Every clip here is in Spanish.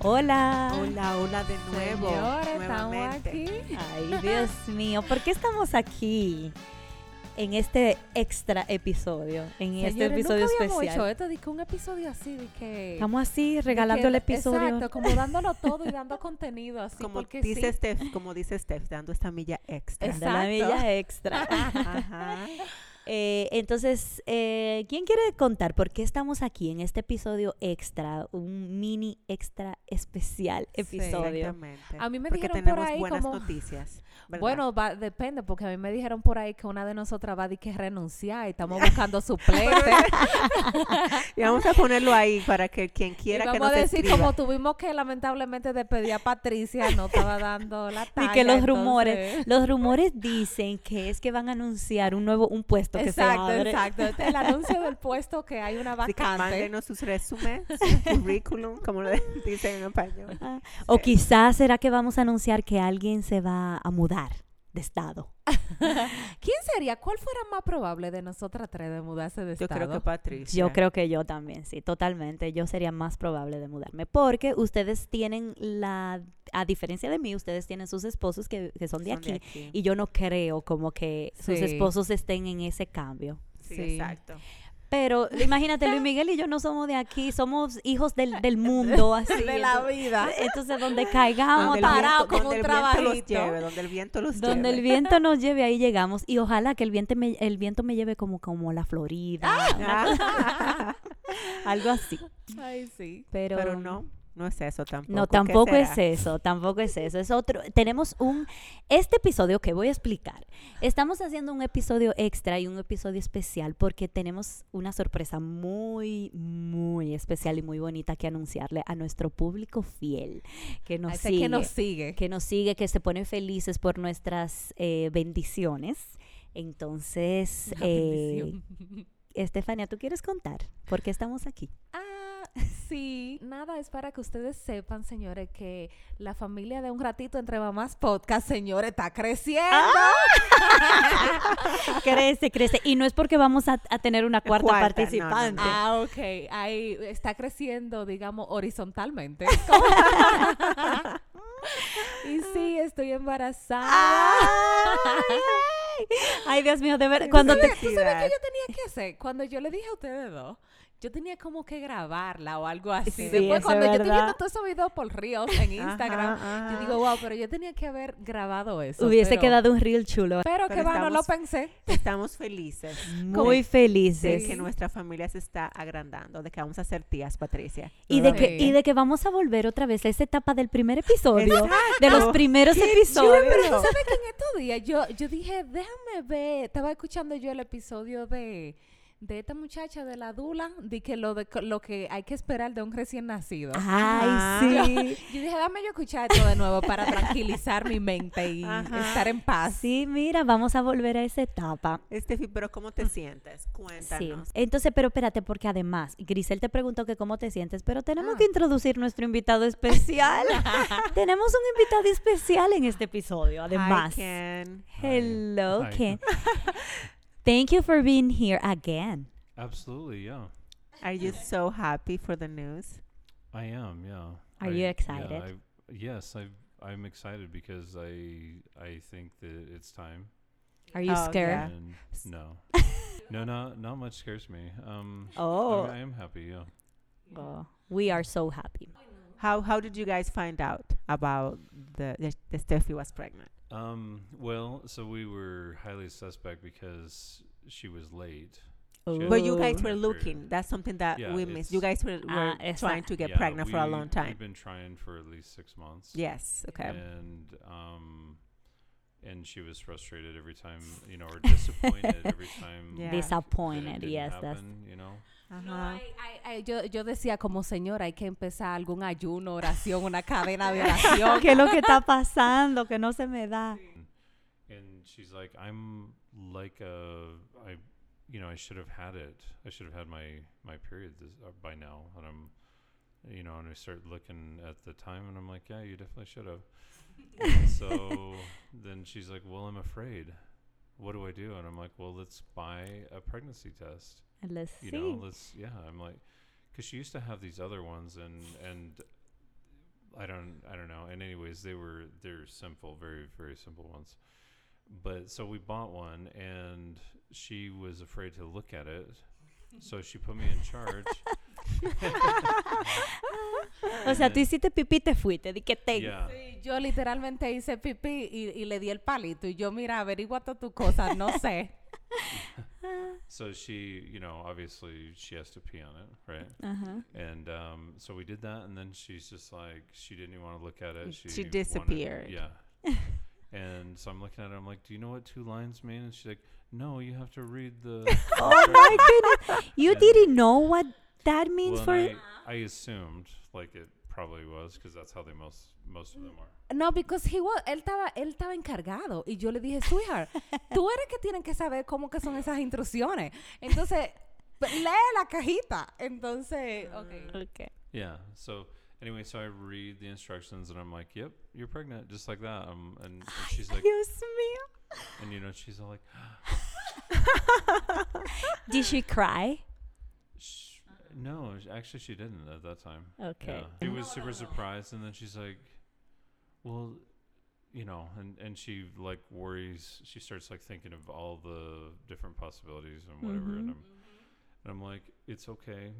Hola. Hola, hola de nuevo. Señor, estamos nuevamente. aquí. Ay, Dios mío, ¿por qué estamos aquí? En este extra episodio, en este Señores, episodio nunca habíamos hecho especial. esto, di que un episodio así, di que... Estamos así, di que- regalando el episodio. Exacto, como dándolo todo y dando contenido así, como porque dice sí. Steph, como dice Steph, dando esta milla extra. De la Exacto. milla extra. Ajá. Eh, entonces, eh, ¿quién quiere contar por qué estamos aquí en este episodio extra, un mini extra especial Sí. episodio? Exactamente. A mí me Porque dijeron por tenemos ahí buenas como- noticias. ¿verdad? Bueno, va- depende, porque a mí me dijeron por ahí que una de nosotras va a di que renunciar y estamos buscando suplente. y vamos a ponerlo ahí para que quien y quiera que vamos nos a decir, escriba. como tuvimos que lamentablemente despedir a Patricia, no estaba dando la Ni talla. que los entonces- rumores, los rumores dicen que es que van a anunciar un nuevo, un puesto que Exacto, se abre. exacto. Este es El anuncio del puesto que hay una Así que vacante. mándenos sus resúmenes, su currículum, como lo dicen en español. Ah, O quizás será que vamos a anunciar que alguien se va a mudar de estado. ¿Quién sería? ¿Cuál fuera más probable de nosotras tres de mudarse de Yo estado? creo que Patricia. Yo creo que yo también, sí, totalmente. Yo sería más probable de mudarme porque ustedes tienen la, a diferencia de mí, ustedes tienen sus esposos que, que son de aquí. Y yo no creo como que sus Sí. esposos estén en ese cambio. Sí, Sí. exacto. Pero imagínate, Luis Miguel y yo no somos de aquí, somos hijos del, del mundo, así. de la entonces- vida. Entonces, donde caigamos, Donde el para- parado viento- como donde un el viento los trabajito. lleve, donde el viento los lleve. donde el viento nos lleve, ahí llegamos. Y ojalá que el viento me, el viento me lleve como, como la Florida, Ah, algo así. Ay, sí. Pero, Pero no, no es eso tampoco. No, ¿Qué tampoco será? es eso, tampoco es eso. Es otro. Tenemos un. Este episodio que voy a explicar. Estamos haciendo un episodio extra y un episodio especial porque tenemos una sorpresa muy, muy especial y muy bonita que anunciarle a nuestro público fiel que nos Así sigue. que nos sigue. que nos sigue, que se ponen felices por nuestras eh, bendiciones. Entonces, Una eh, bendición. Estefania, ¿tú quieres contar por qué estamos aquí? Ah, sí. Nada, es para que ustedes sepan, señores, que la familia de un ratito entre mamás podcast, señores, está creciendo. Crece, crece. Y no es porque vamos a, a tener una cuarta, Cuarta, no, no, participante. no. Ah, ok. Ahí está creciendo, digamos, horizontalmente. y sí, estoy embarazada. Ay, ay, Dios mío, de verdad. Cuando ¿Tú te, sabes- ¿Tú sabes qué yo tenía que hacer? Cuando yo le dije a ustedes dos, yo tenía como que grabarla o algo así. Sí, eso Después, es cuando yo estoy verdad. viendo todos esos videos por Reels en Instagram, Ajá, ah, yo ajá. digo, wow, pero yo tenía que haber grabado eso. hubiese pero- quedado un reel chulo. Pero, que Pero va, no lo estamos- pensé. Estamos felices Muy de felices. que nuestra familia se está agrandando, de que vamos a ser tías, Patricia. Y de, ¿verdad? que, y de que vamos a volver otra vez a esa etapa del primer episodio. Este, De los Exacto. primeros Mira, episodios. pero tú sabes que en estos días yo, yo dije, déjame ver. Estaba escuchando yo el episodio de, de esta muchacha de la Dula, de que lo, de, lo que hay que esperar de un recién nacido. Ay, sí. Yo dije, dame yo escuchar esto de nuevo para tranquilizar mi mente y Ajá. estar en paz. Sí, mira, vamos a volver a esa etapa. Estefi, pero ¿cómo te sientes? Sí. Cuéntanos. Entonces, pero espérate, porque además, Grisel te preguntó que cómo te sientes, pero tenemos Ah. que introducir nuestro invitado especial. tenemos un invitado especial en este episodio, además. Hi, Ken. Hello, Hi. Ken. Thank you for being here again. Absolutely, yeah. Are you so happy for the news? I am, yeah. Are I- you yeah, excited? I- yes, I've, I'm excited because I I think that it's time. Are you Oh, scared? Yeah. And no, no, no, not much scares me. Um, Oh. I'm, I am happy. Yeah. Oh, we are so happy. How how did you guys find out about the that that Steffi was pregnant? Um, well, so we were highly suspect because she was late. But you guys Oh. were looking. That's something that Yeah, we missed. You guys were, Ah, were esa- trying to get Yeah, pregnant for a we- long time. We've been trying for at least six months. Yes. Okay. And um, and she was frustrated every time, you know, or disappointed every time. Yeah. that it disappointed. didn't Yes, that's happen, you know. No, ay, ay, ay, yo, yo decía como señora, hay que empezar algún ayuno, oración, una cadena de oración. ¿Qué es lo que está pasando? Que no se me da. and she's like i'm like a i you know i should have had it i should have had my my period this, uh, by now and i'm you know and i start looking at the time and i'm like yeah you definitely should have And so then she's like well i'm afraid what do i do and i'm like well let's buy a pregnancy test Let's you see. know let's yeah i'm like because she used to have these other ones and and I don't I don't know. And anyways, they were they're simple, very very simple ones. But so we bought one, and she was afraid to look at it, so she put me in charge. O sea, And tú then- hiciste pipí y te fuiste. Di que te. yeah. Sí, yo literalmente hice pipí y, y le di el palito. Y yo, mira, averigua todas tus cosas, no sé. So she, you know, obviously she has to pee on it, right? Ajá. And um, so we did that, and then she's just like, she didn't even want to look at it. She, wanted- disappeared. yeah. and so I'm looking at her. I'm like, "Do you know what two lines mean?" And she's like, "No, you have to read the." Oh my goodness. You And- didn't know what that means well, for. and I, I assumed like it probably was because that's how they most most of them are. No, because he was, él estaba, él estaba encargado y yo le dije, sweetheart, tú eres que tienen que saber cómo que son esas instrucciones. Entonces, p- lee la cajita. Entonces, ok. Okay. Yeah. So anyway, so I read the instructions and I'm like, "Yep, you're pregnant," just like that. Um, and, and she's like, Dios mío. and you know, she's all like, Did she cry? Sh- no, sh- actually, she didn't at that time. Okay. Yeah. She was super surprised, and then she's like, "Well, you know," and and she like worries. She starts like thinking of all the different possibilities and whatever, and I'm and I'm like, "It's okay.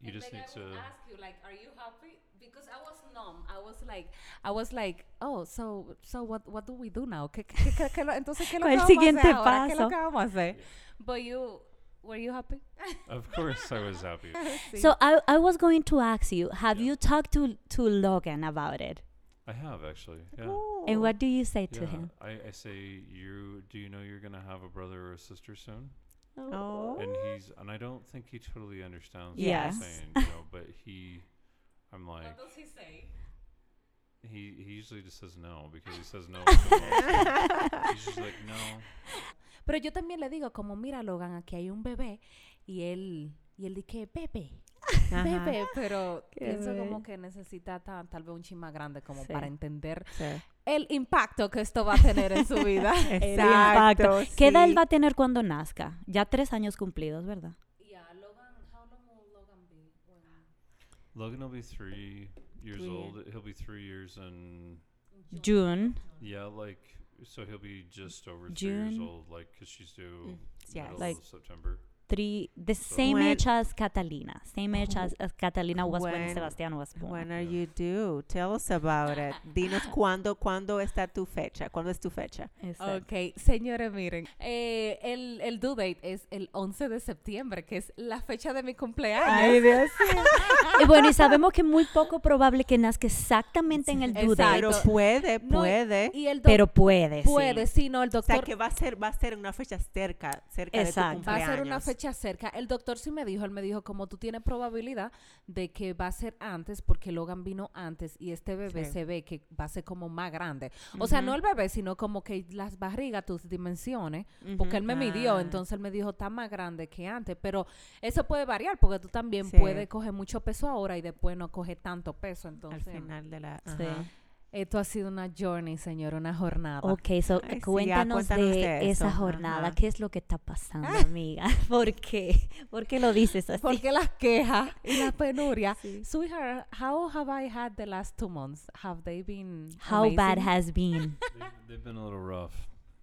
You just need to." you, like, are you happy? Because I was numb. I was like, I was like, oh, so, so what, what do we do now? ¿Qué, qué, qué, qué lo- entonces, ¿qué es lo ¿Cuál que vamos siguiente a hacer ahora? ¿Qué es lo paso? que vamos a hacer? But you, were you happy? Of course, I was happy. So I, I was going to ask you, have Yeah. you talked to to Logan about it? I have actually, yeah. And what do you say to yeah. him? I, I say, "You do you know you're gonna have a brother or a sister soon?" Oh. and he's and I don't think he totally understands Yes. what I'm saying, you know, but he I'm like does he say? he, he usually just says no because he says no. so much. he's just like no. Pero yo también le digo, como, mira, Logan, aquí hay un bebé. Y él, y él dice, bebé, Ah. bebé. Pero Qué pienso como bebé. que necesita ta- tal vez un chin más grande como Sí. para entender Sí. el impacto que esto va a tener en su vida. Exacto. ¿Qué edad sí. él va a tener cuando nazca? Ya tres años cumplidos, ¿verdad? Logan will be three years Three old. He'll be three years and June. yeah, like so he'll be just over three years June. old, like because she's due Mm, Yes. middle Like- of September. Three, the same When- age as Catalina. Same age as, as Catalina was when, When- Sebastián was born. When are you due? Tell us about it. Dinos cuándo, cuándo está tu fecha. ¿Cuándo es tu fecha? Exacto. Ok, señores, miren. eh, el, el due date es el 11 de septiembre, que es la fecha de mi cumpleaños. Dios Y bueno, y sabemos que es muy poco probable que nazca exactamente en el due date, Pero Exacto. puede, No, puede. Y el pero doctor puede, sí. puede, si no, el o sea, doctor que va a ser, va a ser una fecha cerca, cerca de Exacto. tu Va a cumpleaños. ser una fecha cerca. El doctor sí me dijo, él me dijo, como tú tienes probabilidad de que va a ser antes, porque Logan vino antes y este bebé Sí. se ve que va a ser como más grande. O sea, no el bebé, sino como que las barrigas, tus dimensiones, porque él me midió, Ah. entonces él me dijo, está más grande que antes, pero eso puede variar, porque tú también Sí. puedes coger mucho peso ahora y después no coges tanto peso. Al Entonces, final de la. Sí. ajá. esto ha sido una journey, señor, una jornada. Ok, so Ay, sí, ya, cuéntanos, cuéntanos de, de esa eso. jornada. Ajá. ¿Qué es lo que está pasando, Ah. amiga? ¿Por qué? ¿Por qué lo dices así? Porque las quejas y la penuria. Sí. Sweetheart, how have I had the last two months? Have they been How bad amazing? has been? They've, they've been a little rough.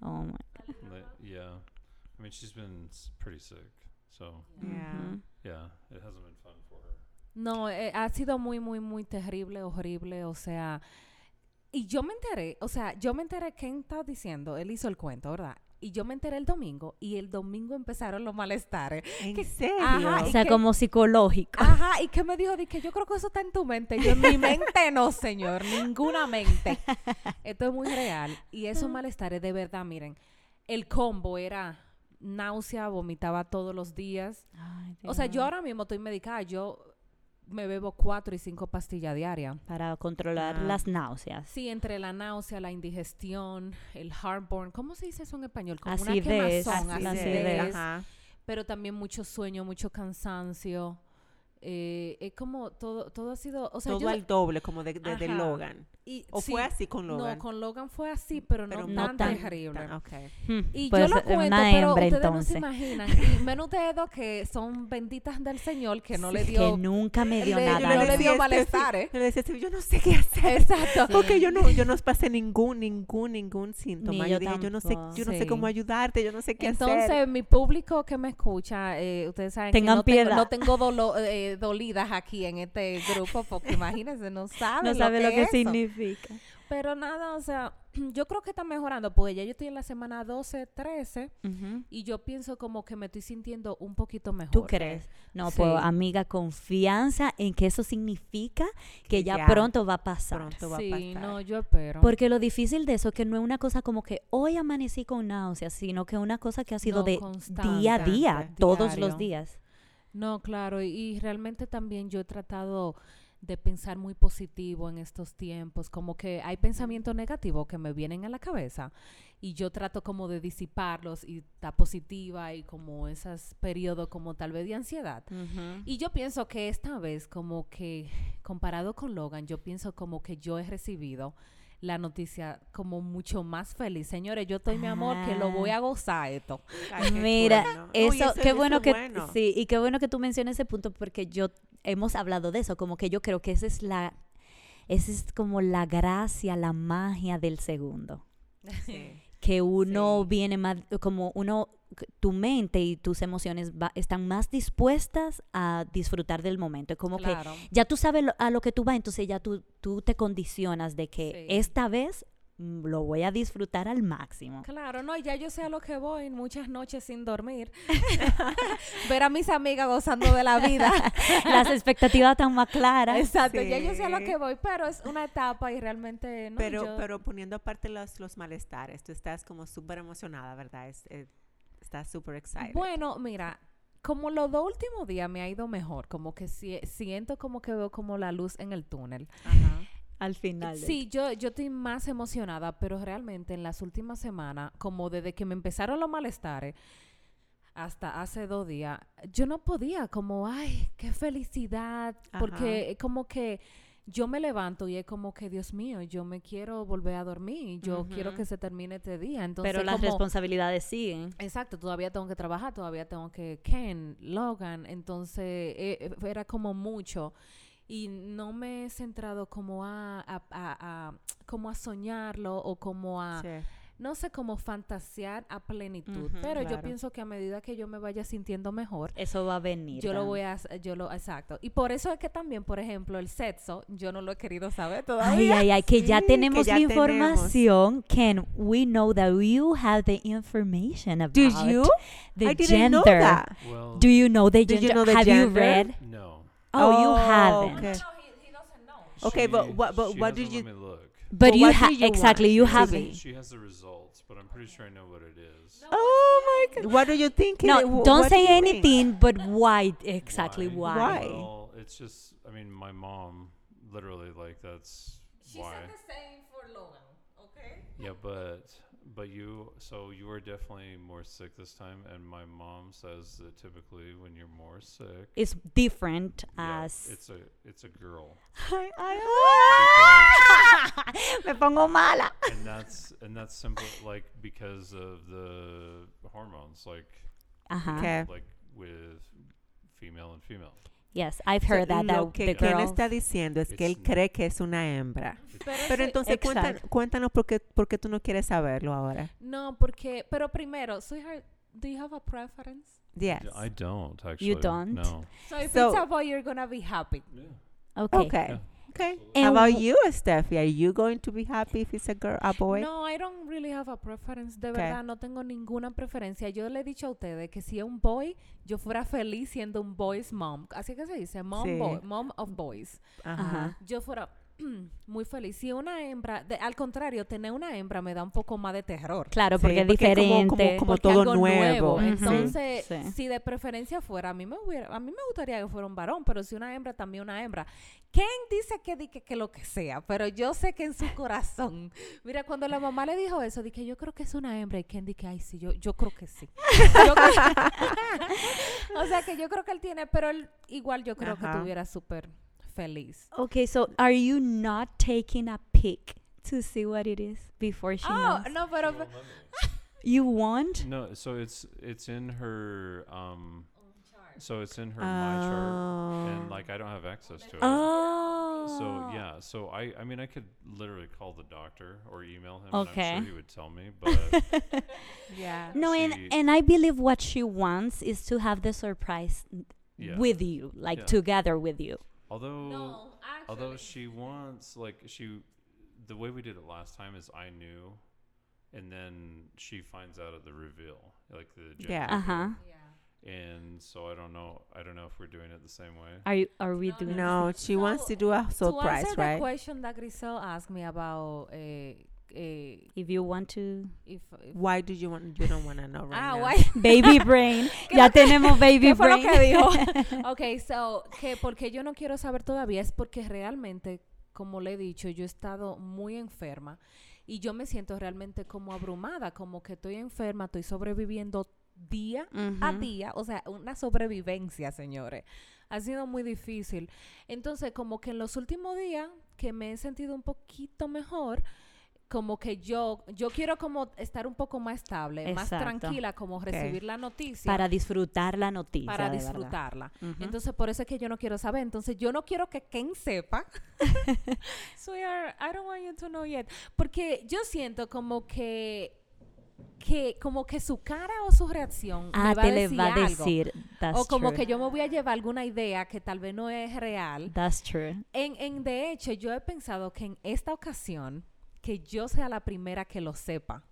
Oh my. Like, yeah. I mean she's been s- pretty sick. So Ujú. yeah, it hasn't been fun for her. No, eh, ha sido muy, muy, muy terrible, horrible, o sea... Y yo me enteré, o sea, yo me enteré, Ken está diciendo, él hizo el cuento, ¿verdad? Y yo me enteré el domingo, y el domingo empezaron los malestares. ¿En Que- serio? Ajá, O y sea, que- como psicológico. Ajá, y que me dijo, que yo creo que eso está en tu mente. Yo, mi mente no, señor, ninguna mente. Esto es muy real. Y esos malestares, de verdad, miren, el combo era náusea, vomitaba todos los días. Ay, Ah, O sea, Dios. yo ahora mismo estoy medicada, yo me bebo cuatro y cinco pastillas diarias. Para controlar Ah. las náuseas. Sí, entre la náusea, la indigestión, el heartburn, ¿cómo se dice eso en español? Como Acidez, una quemazón, acidez. acidez, Ajá. pero también mucho sueño, mucho cansancio, eh, es como todo, todo ha sido, o sea, Todo yo- al doble, como de, de- de Ajá. Logan. y- ¿O sí, fue así con Logan? Mm, No, con Logan fue así, pero, Pero no, no tan, tan- terrible. Ta- okay. Y Pues, yo lo cuento, una pero hembra, ustedes entonces. no se imaginan. Y menos ustedes dos que son benditas del Señor, que no Sí, le dio... que nunca me el dio de- yo nada. no le de- dio decía a Steffi- malestar, ¿eh? Yo le decía, a Steffi, yo no sé qué hacer. Exacto. Porque yo no, yo no pasé ningún, ningún, ningún síntoma. Ni yo yo dije, yo no sé, yo no sé tampoco. cómo ayudarte, yo no sé qué Entonces, hacer. mi público que me escucha, eh, ustedes saben Tengan que no piedad. tengo, no tengo dolo- eh, dolidas aquí en este grupo, porque imagínense, no saben No sabe lo que, es eso. significa. Pero nada, o sea, yo creo que está mejorando, porque ya yo estoy en la semana 12, 13, Ujú. y yo pienso como que me estoy sintiendo un poquito mejor. ¿Tú crees? No, Sí. pues amiga, confianza en que eso significa que, Que ya, ya pronto va a pasar. Pronto va a Sí, pasar. no, yo espero. Porque lo difícil de eso es que no es una cosa como que hoy amanecí con náuseas, sino que es una cosa que ha sido No, de constante, día a día, todos diario. los días. No, claro, y, y realmente también yo he tratado de pensar muy positivo en estos tiempos, como que hay pensamientos negativos que me vienen a la cabeza y yo trato como de disiparlos y está positiva y como esos periodos como tal vez de ansiedad. Ujú. Y yo pienso que esta vez como que comparado con Logan, yo pienso como que yo he recibido la noticia como mucho más feliz. Señores, yo estoy, mi amor, que lo voy a gozar esto. Ay, qué Mira, chulo, ¿no? eso, Oye, qué eso bueno es que sí, y qué bueno que tú mencionas ese punto porque yo hemos hablado de eso, como que yo creo que esa es la esa es como la gracia, la magia del segundo, Sí. que uno Sí. viene más como uno tu mente y tus emociones va- están más dispuestas a disfrutar del momento, es como que Claro. ya tú sabes lo- a lo que tú vas, entonces ya tú, tú te condicionas de que Sí. esta vez mm, lo voy a disfrutar al máximo. Claro, no, ya yo sé a lo que voy, muchas noches sin dormir. Ver a mis amigas gozando de la vida. Las expectativas están más claras. Exacto, ya yo sé a lo Sí. que voy, pero es una etapa y realmente no. Pero, yo- pero poniendo aparte los, los malestares, tú estás como súper emocionada, ¿verdad? Es- eh, estás súper excited. Bueno, mira, como los dos últimos días me ha ido mejor, como que si- siento como que veo como la luz en el túnel. Ajá. Al final. del- Sí, yo, yo estoy más emocionada, pero realmente en las últimas semanas, como desde que me empezaron los malestares, hasta hace dos días, yo no podía, como, ay, qué felicidad, porque es como que yo me levanto y es como que, Dios mío, yo me quiero volver a dormir, yo quiero que se termine este día. Entonces, Pero las como- responsabilidades siguen. Exacto, todavía tengo que trabajar, todavía tengo que Ken, Logan, entonces eh, eh, era como mucho y no me he centrado como a, a, a- a- como a soñarlo o como a, Sí. no sé, como fantasear a plenitud, Ujú, pero yo claro. pienso que a medida que yo me vaya sintiendo mejor, Eso va a venir. yo lo Dan. voy a, hac- yo lo, exacto, y por eso es que también, por ejemplo, el sexo, yo no lo he querido saber Ay, todavía. ay, ay, que ya Sí, que tenemos ya la información. Ken, we know that you have the information about Did you? the I gender. didn't know that. Well, Do you know the Did gender? you know the have you gender? read? no. Oh, you Oh, haven't. okay. Okay, She- but what- but she what did hasn't you- let me look. But But you what ha- do you want? exactly you She has- haven't. She has the results, but I'm pretty sure I know what it is. Oh my God. What do you think? it- No, wh- don't what do say you think? anything, but why exactly why? Why? Well, it's just. I mean, my mom, literally, like that's why. Yeah, but but you so you were definitely more sick this time, and my mom says that typically when you're more sick, It's different yeah, as it's a it's a girl, Ay, ay, ay. ay. Me pongo mala. and that's and that's simple like because of the hormones, like Ajá. Okay. like with female and female. Yes, I've So, heard that lo that que the Ken girls- está diciendo es que él It's- cree que es una hembra. Pero entonces Exacto. cuéntanos, cuéntanos por, qué, por qué tú no quieres saberlo ahora. No, porque, pero primero, sweetheart, do you have a preference? Yes. D- I don't actually. don't? No. So if So- it's a boy, you're gonna be happy. Okay. Okay. Okay. And How about wh- you, Steffi? Are you going to be happy if it's a girl, a boy? No, I don't really have a preference. De Ok. verdad, no tengo ninguna preferencia. Yo le he dicho a ustedes que si es un boy, yo fuera feliz siendo un boy's mom. Así que se dice, mom Sí. boy, mom of boys. Ajá. Ajá. Yo fuera muy feliz. Si una hembra, de- al contrario, tener una hembra me da un poco más de terror. Claro, Sí, porque es porque es como- como- diferente. como- porque todo algo nuevo. Ujú. Entonces, Sí. si de preferencia fuera, a mí me hubiera, a mí me gustaría que fuera un varón, pero si una hembra, también una hembra. Ken dice que, di que, que lo que sea, pero yo sé que en su corazón. Mira, cuando la mamá le dijo eso, dije, yo creo que es una hembra. Y Ken dije, ay, sí, yo, yo creo que sí. Yo creo- o sea que yo creo que él tiene, pero él igual yo creo que Ajá. estuviera súper feliz. Okay, so are you not taking a pic to see what it is before she Oh, knows? no, pero... You won't? No, so it's it's in her um so it's in her my chart and Oh. like I don't have access to it. Oh. Uh, So yeah, so I I mean I could literally call the doctor or email him and Okay. I'm sure he would tell me, but Yeah. No, and She- and I believe what she wants is to have the surprise Yeah. with you, like Yeah. together with you. although although she wants like she the way we did it last time is I knew and then she finds out at the reveal, like the gender Yeah. Uh huh. reveal. And so I don't know I don't know if we're doing it the same way. Are you? Are we doing? No, she wants to do a to surprise, answer the right? question that Grisel asked me about eh, eh, If you want to, if, if- Why do you want? You don't want to know right ah now. guay baby brain. ya tenemos baby ¿Qué fue lo brain. que dijo? ok, so, que porque yo no quiero saber todavía es porque realmente, como le he dicho, yo he estado muy enferma y yo me siento realmente como abrumada, como que estoy enferma, estoy sobreviviendo día a Ujú. día, o sea, una sobrevivencia, señores. Ha sido muy difícil. Entonces, como que en los últimos días que me he sentido un poquito mejor, como que yo yo quiero como estar un poco más estable, más Exacto. tranquila, como recibir la noticia Para disfrutar la noticia. para de verdad. disfrutarla. Ujú. Entonces, por eso es que yo no quiero saber. Entonces, yo no quiero que Ken sepa. Sweetheart, I don't want you to know yet. Porque yo siento como que, que como que su cara o su reacción Ah, me va te a le decir va a algo. decir. That's O como true. que yo me voy a llevar alguna idea que tal vez no es real. That's true. En, en de hecho, yo he pensado que en esta ocasión que yo sea la primera que lo sepa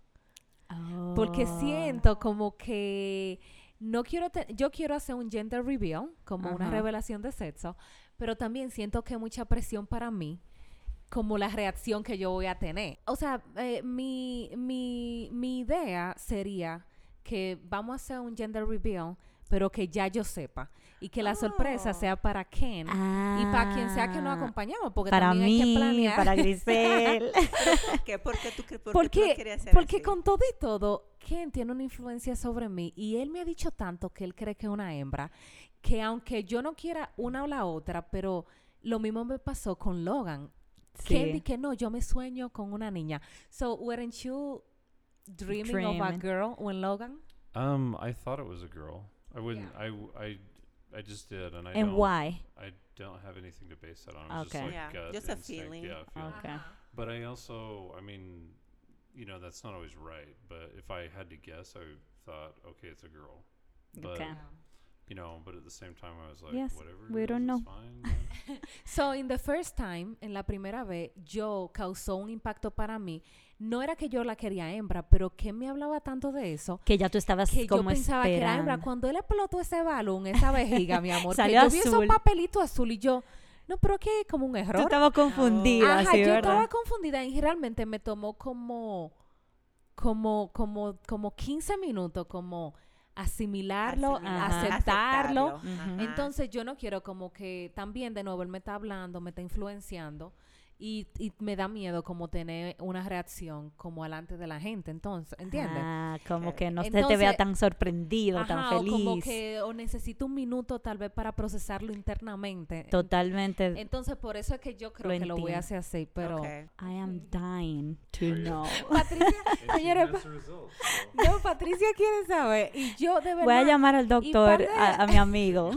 porque Oh. siento como que no quiero te- yo quiero hacer un gender reveal como una Ajá. revelación de sexo pero también siento que hay mucha presión para mí como la reacción que yo voy a tener o sea eh, mi, mi, mi idea sería que vamos a hacer un gender reveal pero que ya yo sepa y que la sorpresa sea para Ken y para quien sea que nos Ah, acompañamos porque Para también hay que mí, planear para Grisel. ¿Por qué? ¿Por qué tú, cre- por qué tú lo porque, querías hacer porque así? con todo y todo, Ken tiene una influencia sobre mí y él me ha dicho tanto que él cree que es una hembra, que aunque yo no quiera una o la otra, pero lo mismo me pasó con Logan. Sí. Ken dice que no, yo me sueño con una niña. So, weren't you dreaming of a Dreaming. girl when Logan? Um, I thought it was a girl. I wouldn't. I w I I just did, and I And don't, why? I don't have anything to base that on. It was Okay. Just like Yeah, gut just a instinct, feeling. Yeah, feeling. Okay. But I also, I mean, you know, that's not always right. But if I had to guess, I thought, okay, it's a girl. But Okay. you know, but at the same time, I was like, Yes, whatever. we it is, don't it's know. fine, yeah. So, in the first time, en la primera vez, yo causó un impacto para mí. No era que yo la quería hembra, pero Ken me hablaba tanto de eso Que ya tú estabas que yo como pensaba que era hembra. esperando. Cuando él explotó ese balón, esa vejiga, mi amor, que Salió yo vi esos azul. papelitos azul y yo, no, pero que es como un Tú error. estabas confundida, Ajá, sí, yo estaba ¿verdad? confundida y realmente me tomó como, como, como, como 15 minutos, como asimilarlo, Asimilar, aceptarlo. Ujú. Ajá. Entonces yo no quiero como que también de nuevo él me está hablando, me está influenciando y, y me da miedo como tener una reacción como alante de la gente, entonces, ¿entiendes? Ah, como que no se te Entonces- vea tan sorprendido, tan Ajá, o feliz. como que o necesito un minuto tal vez para procesarlo internamente. Totalmente. Entonces, por eso es que yo creo Lo que lo voy entiendo. a hacer así, pero... Okay. I am dying to know. Patricia, And she Señora, knows the results, so. no, Patricia quiere saber. Y yo de verdad... Voy a llamar al doctor, parte a, a mi amigo.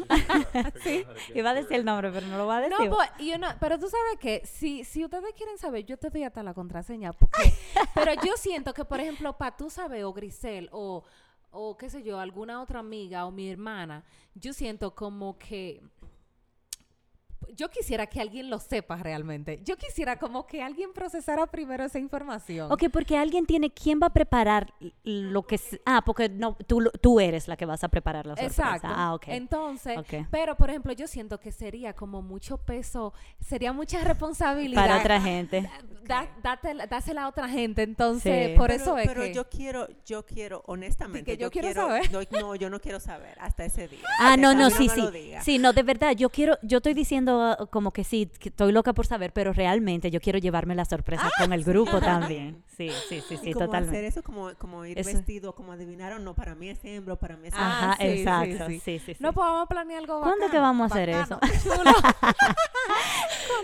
Sí. Iba a decir el nombre, pero no lo va a No, pues, decir. but, you know, pero tú sabes que si, si ustedes quieren saber, yo te doy hasta la contraseña. Porque, pero yo siento que, por ejemplo, para tú saber, o Grisel, o, o qué sé yo, alguna otra amiga o mi hermana, yo siento como que yo quisiera que alguien lo sepa realmente. Yo quisiera como que alguien procesara primero esa información. Ok, porque alguien tiene, ¿quién va a preparar lo que... se- Ah, porque no, tú, lo- tú eres la que vas a preparar la sorpresa. Exacto. Ah, ok. Entonces, Ok. pero por ejemplo, yo siento que sería como mucho peso, sería mucha responsabilidad. Para otra gente. Da- date- dásela a otra gente, entonces Sí. por pero, eso es pero que yo quiero, yo quiero, honestamente, Sí, que yo quiero saber. No, no, yo no quiero saber hasta ese día. Ah, Que no, no, Sabrina sí, me sí. lo diga. Sí, no, de verdad, yo quiero, yo estoy diciendo uh, como que sí, que estoy loca por saber, pero realmente yo quiero llevarme la sorpresa Ah, con el grupo también. Sí, sí, sí, sí, como totalmente. hacer eso, como, como ir Eso. vestido, como adivinar o no, para mí es hembro, para mí es Ajá, Ah, sí, sí, exacto. Sí, sí. sí, sí. no pues vamos a planear algo ¿Cuándo bacano, que vamos a hacer bacano, eso? chulo.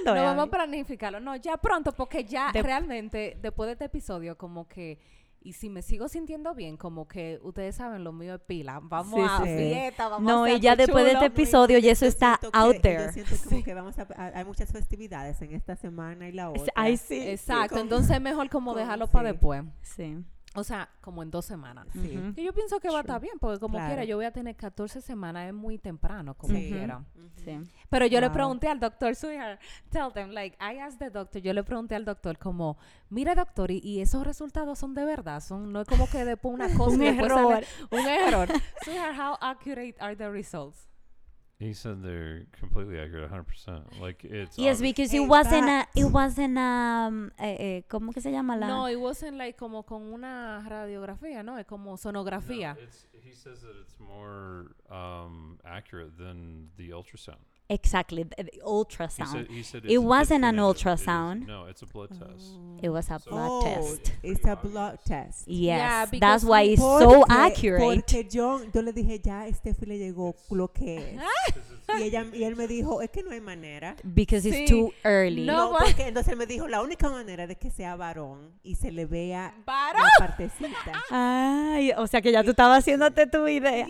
¿Cuándo, no vamos a Gaby? planificarlo. No, ya pronto, porque ya De- realmente después de este episodio, como que. Y si me sigo sintiendo bien, como que ustedes saben, lo mío es pila. Vamos Sí, a sí. fiesta, vamos a No, hacer y ya algo después de chulo. este episodio, y eso Yo está siento que- out Yo there. siento como que vamos a, a- hay muchas festividades en esta semana y la otra. Ay, sí. Exacto, con- entonces mejor como con- dejarlo sí. para después. Sí. O sea, como en dos semanas. Sí. Ujú. Que yo pienso que va a True. estar bien, porque como Claro. quiera, yo voy a tener 14 semanas, es muy temprano, como Sí. quiera. Sí. Pero yo le Wow. pregunté al doctor Sweetheart, tell them, like, I asked the doctor, yo le pregunté al doctor como, mira doctor, y, y esos resultados son de verdad, son, no es como que después una cosa Un y después error. sale un error. Sweetheart, how accurate are the results? He said they're completely accurate, 100%. Like it's Yes, obvi- because it Hey, wasn't a, that- it wasn't a, um, eh, eh, ¿cómo que se llama la? No, it wasn't like como con una radiografía, ¿no? Es como No, sonografía. it's, he says that it's more um, accurate than the ultrasound. Exactly, the- the He said, ultrasound. he said It it's a wasn't an definitive- it is- ultrasound. Oh. no, it's a blood test. It was a So- blood Oh, test. it's a blood test. Yes, that's because why we- it's so Porque- accurate. Porque yo, yo le dije, ya, Steffi le llegó lo que es. y, ella, y él me dijo, es que no hay manera. because it's Sí. too early. No, No, va- porque entonces él me dijo, la única manera de que sea varón y se le vea Varón. ¡Ah! la partecita. Ay, o sea que ya tú estabas haciéndote tu idea.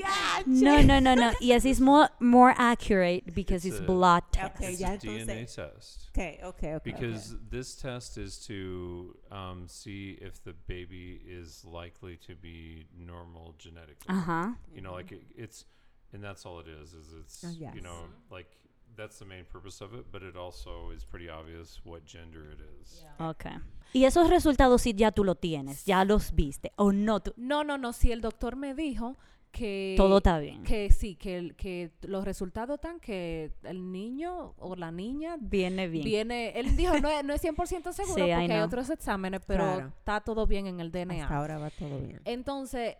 No, no, no, no. Yes, it's more more accurate because it's, It's a- blood test. Okay, it's ya a DNA entonces. test. Okay, okay, okay. Because this test is to um, see if the baby is likely to be normal genetically. Ajá. You know, like it, it's, and that's all it is. Is it's Oh, you yes. know like that's the main purpose of it, but it also is pretty obvious what gender it is. Okay. Y esos resultados sí ya tú lo tienes, ya los viste o no tú- No, no, no, sí, el doctor me dijo que... todo está bien. Que sí, que, el- que los resultados están que el niño o la niña Viene bien. viene... Él dijo, no, es- no es 100% seguro Sí, I porque hay know. otros exámenes, pero Claro. está todo bien en el DNA. Hasta ahora va todo bien. Entonces,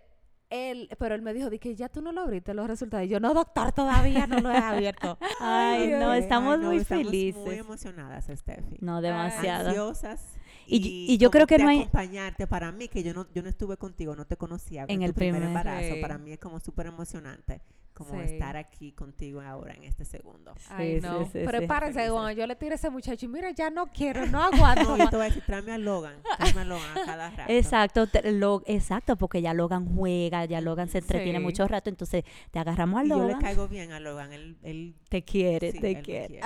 él... Pero él me dijo, dije, ya tú no lo abriste los resultados. Y yo, no, doctor, todavía no lo he abierto. Ay, no, Ay, estamos no, muy estamos Muy felices. emocionadas, Steffi. No demasiado. Ansiosas. Y- y yo como creo que de no hay- acompañarte para mí que yo no yo no estuve contigo no te conocía con En tu el primer- embarazo Sí. para mí es como súper emocionante como Sí. estar aquí contigo ahora en este segundo Ay, Sí, no. sí, sí, sí. Prepárense, Felices. cuando yo le tire a ese muchacho y mira, ya no quiero, no aguanto no, yo más. te voy a decir tráeme a Logan tráeme a Logan a cada rato Exacto, te- lo, exacto, porque ya Logan juega, ya Logan se entretiene Sí. mucho rato, entonces te agarramos al y yo Logan. le caigo bien a Logan él, él Te quiere, sí, él te me quiere.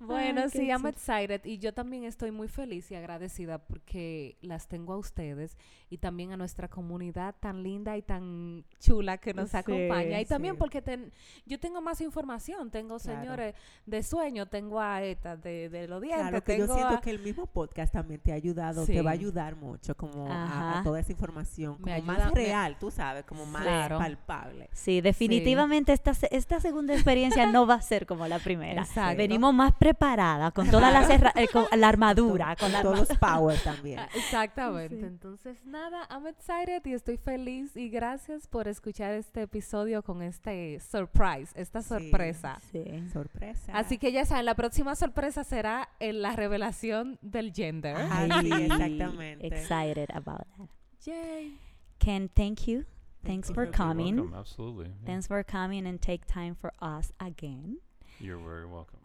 Bueno, Ay, qué sí, I'm chulo. excited y yo también estoy muy feliz y agradecida porque las tengo a ustedes y también a nuestra comunidad tan linda y tan chula que nos Sí, acompaña y también sí. porque ten- yo tengo más información, tengo Claro. señores de sueño, tengo a ETA de, de los dientes, Claro, que yo tengo siento a- que el mismo podcast también te ha ayudado, Sí. te va a ayudar mucho como a- a, Ajá. toda esa información, como Me ayuda- más me- real, tú sabes, como más Claro. palpable. Sí, definitivamente Esta, se- esta segunda experiencia no va a ser como la primera. Exacto. Venimos más preparadas, con toda la, serra- eh, con la armadura, con la Todos los power también. Ah, Exactamente. Entonces, nada, I'm excited y estoy feliz y gracias por escuchar este episodio con este surprise, esta sorpresa. Sí. Sorpresa. Así que ya saben, la próxima sorpresa será en la revelación del gender. Ay, Ay, exactamente. Excited about that. Yay. Ken, thank you. Thanks you for for being coming. You're welcome. Absolutely. yeah. Thanks for coming and take time for us again. You're very welcome.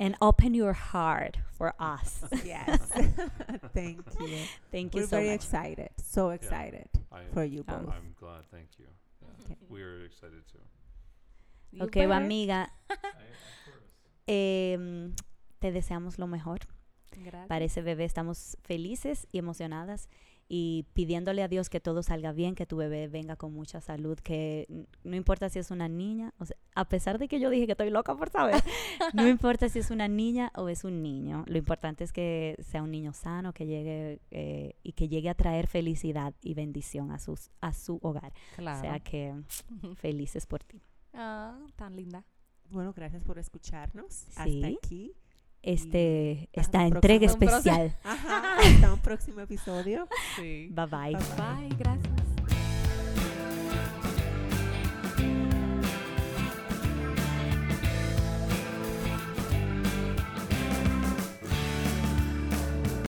And open your heart for us. yes. Thank you. Thank you We're so very much. excited. So excited I, for you Ah. Oh. both. I'm glad. Thank you. Yeah. Okay. We are excited too. You Ok, better. amiga, I, of course. em, te deseamos lo mejor. Gracias. Para ese bebé estamos felices y emocionadas y pidiéndole a Dios que todo salga bien, que tu bebé venga con mucha salud, que n- no importa si es una niña, o sea, a pesar de que yo dije que estoy loca por saber, no importa si es una niña o es un niño, lo importante es que sea un niño sano, que llegue eh, y que llegue a traer felicidad y bendición a, sus, a su hogar. Claro. O sea que felices por ti. Ah, tan linda. Bueno, gracias por escucharnos Sí. hasta aquí. Este, hasta esta un entrega próximo- un próximo- especial. Ajá, hasta un próximo episodio. Sí. Bye bye. Bye. Bye, gracias.